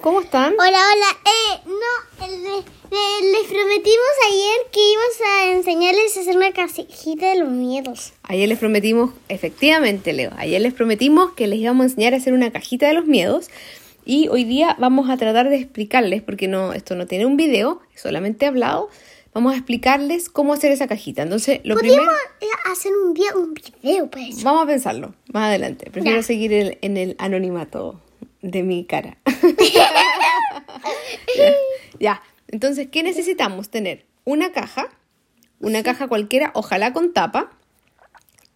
¿Cómo están? Hola, hola. Eh, no, le- le- les prometimos ayer que íbamos a enseñarles a hacer una casita de los miedos. Ayer les prometimos, efectivamente, Leo, ayer les prometimos que les íbamos a enseñar a hacer una cajita de los miedos y hoy día vamos a tratar de explicarles, porque no, esto no tiene un video, es solamente hablado, vamos a explicarles cómo hacer esa cajita. Entonces, lo primero, Podríamos eh, hacer un, día un video pues. para eso. vamos a pensarlo más adelante. Prefiero Ya. seguir el- en el anonimato de mi cara. Ya, entonces, ¿qué necesitamos? Tener una caja, una caja cualquiera, ojalá con tapa.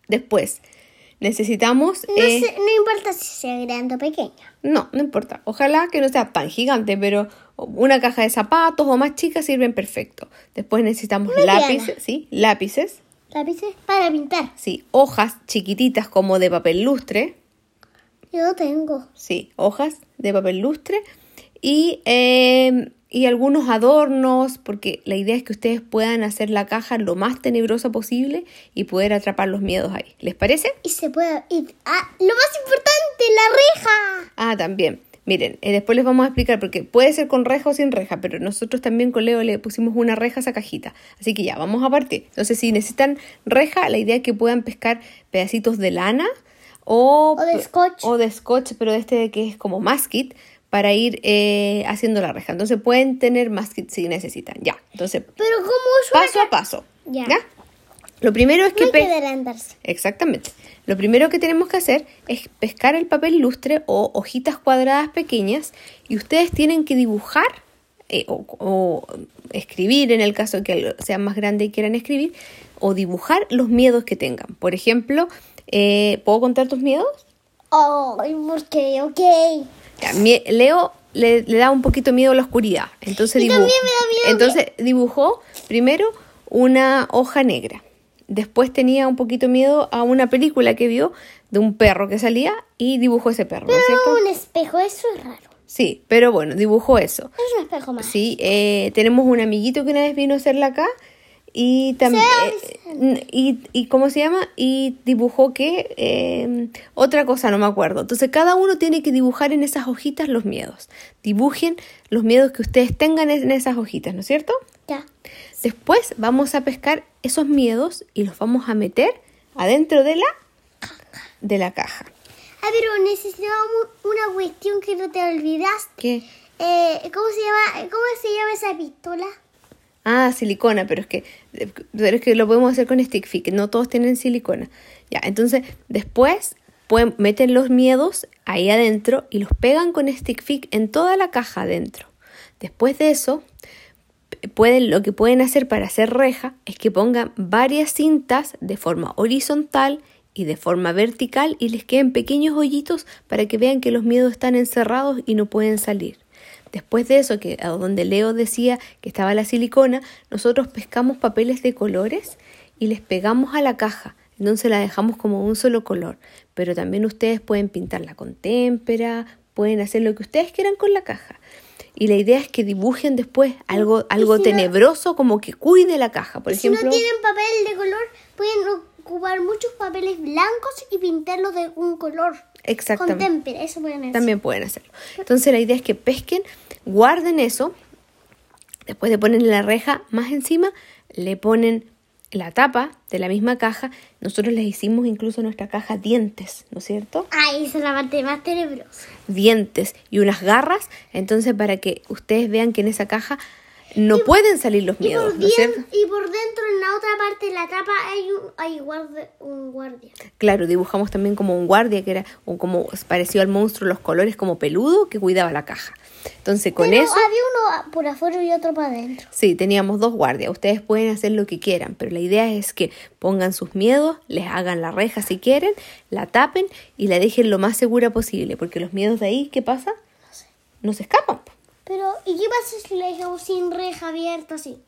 Después, necesitamos... No, eh, sé- no importa si sea grande o pequeña. no, no importa. Ojalá que no sea tan gigante, pero una caja de zapatos o más chica sirven perfecto. Después necesitamos Una diana. lápices, ¿sí? Lápices, Lápices para pintar. sí. Hojas chiquititas como de papel lustre, Yo tengo. sí. Hojas de papel lustre y, eh, y algunos adornos, porque la idea es que ustedes puedan hacer la caja lo más tenebrosa posible y poder atrapar los miedos ahí. ¿Les parece? Y se puede ir. Ah, lo más importante, la reja. Ah, también. Miren, eh, después les vamos a explicar porque puede ser con reja o sin reja, pero nosotros también con Leo le pusimos una reja a esa cajita. Así que ya, vamos a partir. Entonces, si necesitan reja, la idea es que puedan pescar pedacitos de lana o, O de scotch. O de scotch, pero de este que es como masking para ir eh, haciendo la reja. Entonces pueden tener masking si necesitan. Ya, entonces Pero como es una paso a paso. Ya. Lo primero es que... no hay Ah, pe- que adelantarse. Exactamente. Lo primero que tenemos que hacer es pescar el papel lustre o hojitas cuadradas pequeñas y ustedes tienen que dibujar eh, o, o escribir en el caso de que algo sea más grande y quieran escribir o dibujar los miedos que tengan. Por ejemplo, eh, ¿puedo contar tus miedos? Oh, porque, ok. Ya, mie- Leo le, le da un poquito miedo a la oscuridad. Entonces Y dibujo- también me da miedo que- Entonces dibujó primero una hoja negra. Después tenía un poquito miedo a una película que vio de un perro que salía y dibujó ese perro, ¿no es Pero cierto? un espejo, eso es raro. Sí, pero bueno, dibujó eso. Es un espejo más. Sí, eh, tenemos un amiguito que una vez vino a hacerla acá y también y, y cómo se llama y dibujó que eh, otra cosa no me acuerdo. Entonces cada uno tiene que dibujar en esas hojitas los miedos. Dibujen los miedos que ustedes tengan en esas hojitas, ¿no es cierto? Ya. Después vamos a pescar esos miedos y los vamos a meter adentro de la de la caja. Ah, pero necesitábamos una cuestión que no te olvidaste. ¿Qué? Eh, ¿Cómo se llama? ¿Cómo se llama esa pistola? Ah, silicona, pero es que pero es que lo podemos hacer con stick fit, no todos tienen silicona. Ya, entonces después pueden meten los miedos ahí adentro y los pegan con stick fit en toda la caja adentro. Después de eso, p- pueden lo que pueden hacer para hacer reja es que pongan varias cintas de forma horizontal y de forma vertical y les queden pequeños hoyitos para que vean que los miedos están encerrados y no pueden salir. Después de eso, que a donde Leo decía que estaba la silicona, nosotros pescamos papeles de colores y les pegamos a la caja. Entonces la dejamos como un solo color. Pero también ustedes pueden pintarla con témpera, pueden hacer lo que ustedes quieran con la caja. Y la idea es que dibujen después algo, algo si no- tenebroso, como que cuide la caja. Por si no ejemplo, tienen papel de color, pueden ocupar muchos papeles blancos y pintarlos de un color. Con exactamente. témpera, eso pueden hacer. También pueden hacerlo. Entonces la idea es que pesquen, guarden eso, después de poner la reja más encima, le ponen la tapa de la misma caja. Nosotros les hicimos incluso a nuestra caja dientes, ¿no es cierto? Ay, esa es la parte más tenebrosa. Dientes y unas garras, entonces para que ustedes vean que en esa caja no pueden salir los Y por, miedos, ¿no es dien- cierto? y por dentro, en la otra parte de la tapa, hay un, hay guarda- un guardia. Claro, dibujamos también como un guardia que era o como parecido al monstruo, los colores como peludo que cuidaba la caja. Entonces con Pero eso había uno a- por afuera y otro para adentro. Sí, teníamos dos guardias. Ustedes pueden hacer lo que quieran, pero la idea es que pongan sus miedos, les hagan la reja si quieren, la tapen y la dejen lo más segura posible, porque los miedos de ahí, ¿qué pasa? No se escapan. po. Pero, ¿y qué pasa si la dejamos sin reja abierta así?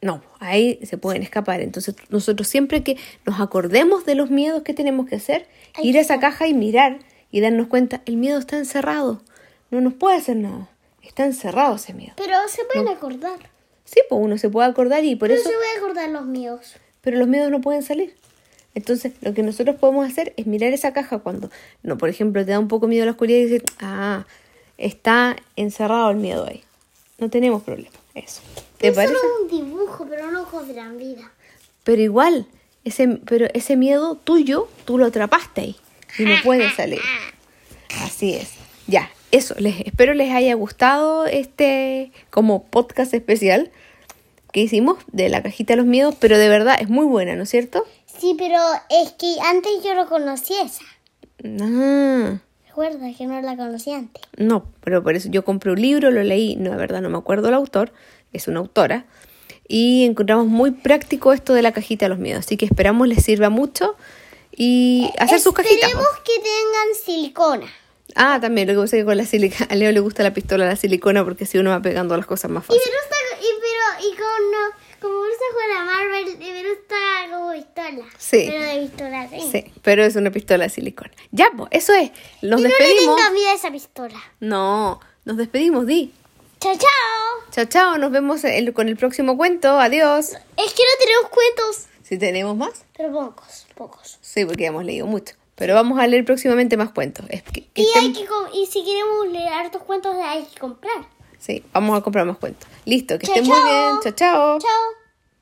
No, ahí se pueden escapar. Entonces, nosotros siempre que nos acordemos de los miedos que tenemos que hacer, Hay ir que a esa caja y mirar y darnos cuenta, el miedo está encerrado, no nos puede hacer nada. Está encerrado ese miedo. Pero se pueden acordar. Sí, pues uno se puede acordar y por Pero eso se pueden acordar los míos. pero los miedos no pueden salir. Entonces, lo que nosotros podemos hacer es mirar esa caja cuando, no, por ejemplo, te da un poco miedo la oscuridad y decir, ah, Está encerrado el miedo ahí. No tenemos problema. Eso. ¿Te es parece? solo un dibujo, pero no cobran vida. Pero igual, ese, pero ese miedo tuyo, tú lo atrapaste ahí. Y no puedes salir. Así es. Ya, eso. Les, espero les haya gustado este como podcast especial que hicimos de la cajita de los miedos. Pero de verdad es muy buena, ¿no es cierto? Sí, pero es que antes yo no conocía esa. Ah, Recuerda que no la conocía antes. no, pero por eso yo compré un libro, lo leí, no, de verdad no me acuerdo el autor, es una autora, y encontramos muy práctico esto de la cajita de los miedos, así que esperamos les sirva mucho y hacer sus cajitas. Esperemos pues. que tengan silicona. Ah, también, lo que pasa es que con la silicona, a Leo le gusta la pistola, la silicona, porque si uno va pegando las cosas más Y fácil. me gusta, y pero, y con, no, como me gusta jugar a Marvel, y me gusta como pistola. Sí. Pero de pistola, sí. Sí, pero es una pistola de silicona. Ya, pues, eso es, nos Y no le despedimos. tenga miedo a esa pistola. No, nos despedimos, Di. Chao, chao. Chao, chao, nos vemos el- con el próximo cuento, adiós. Es que no tenemos cuentos. Si tenemos más. Pero pocos, pocos. Sí, porque hemos leído mucho. Pero vamos a leer próximamente más cuentos. Es que- que Y, estén- hay que, com- y si queremos leer hartos cuentos, hay que comprar. Sí, vamos a comprar más cuentos. Listo, que Chao, estén muy bien. chao. Chao, chao. Chao.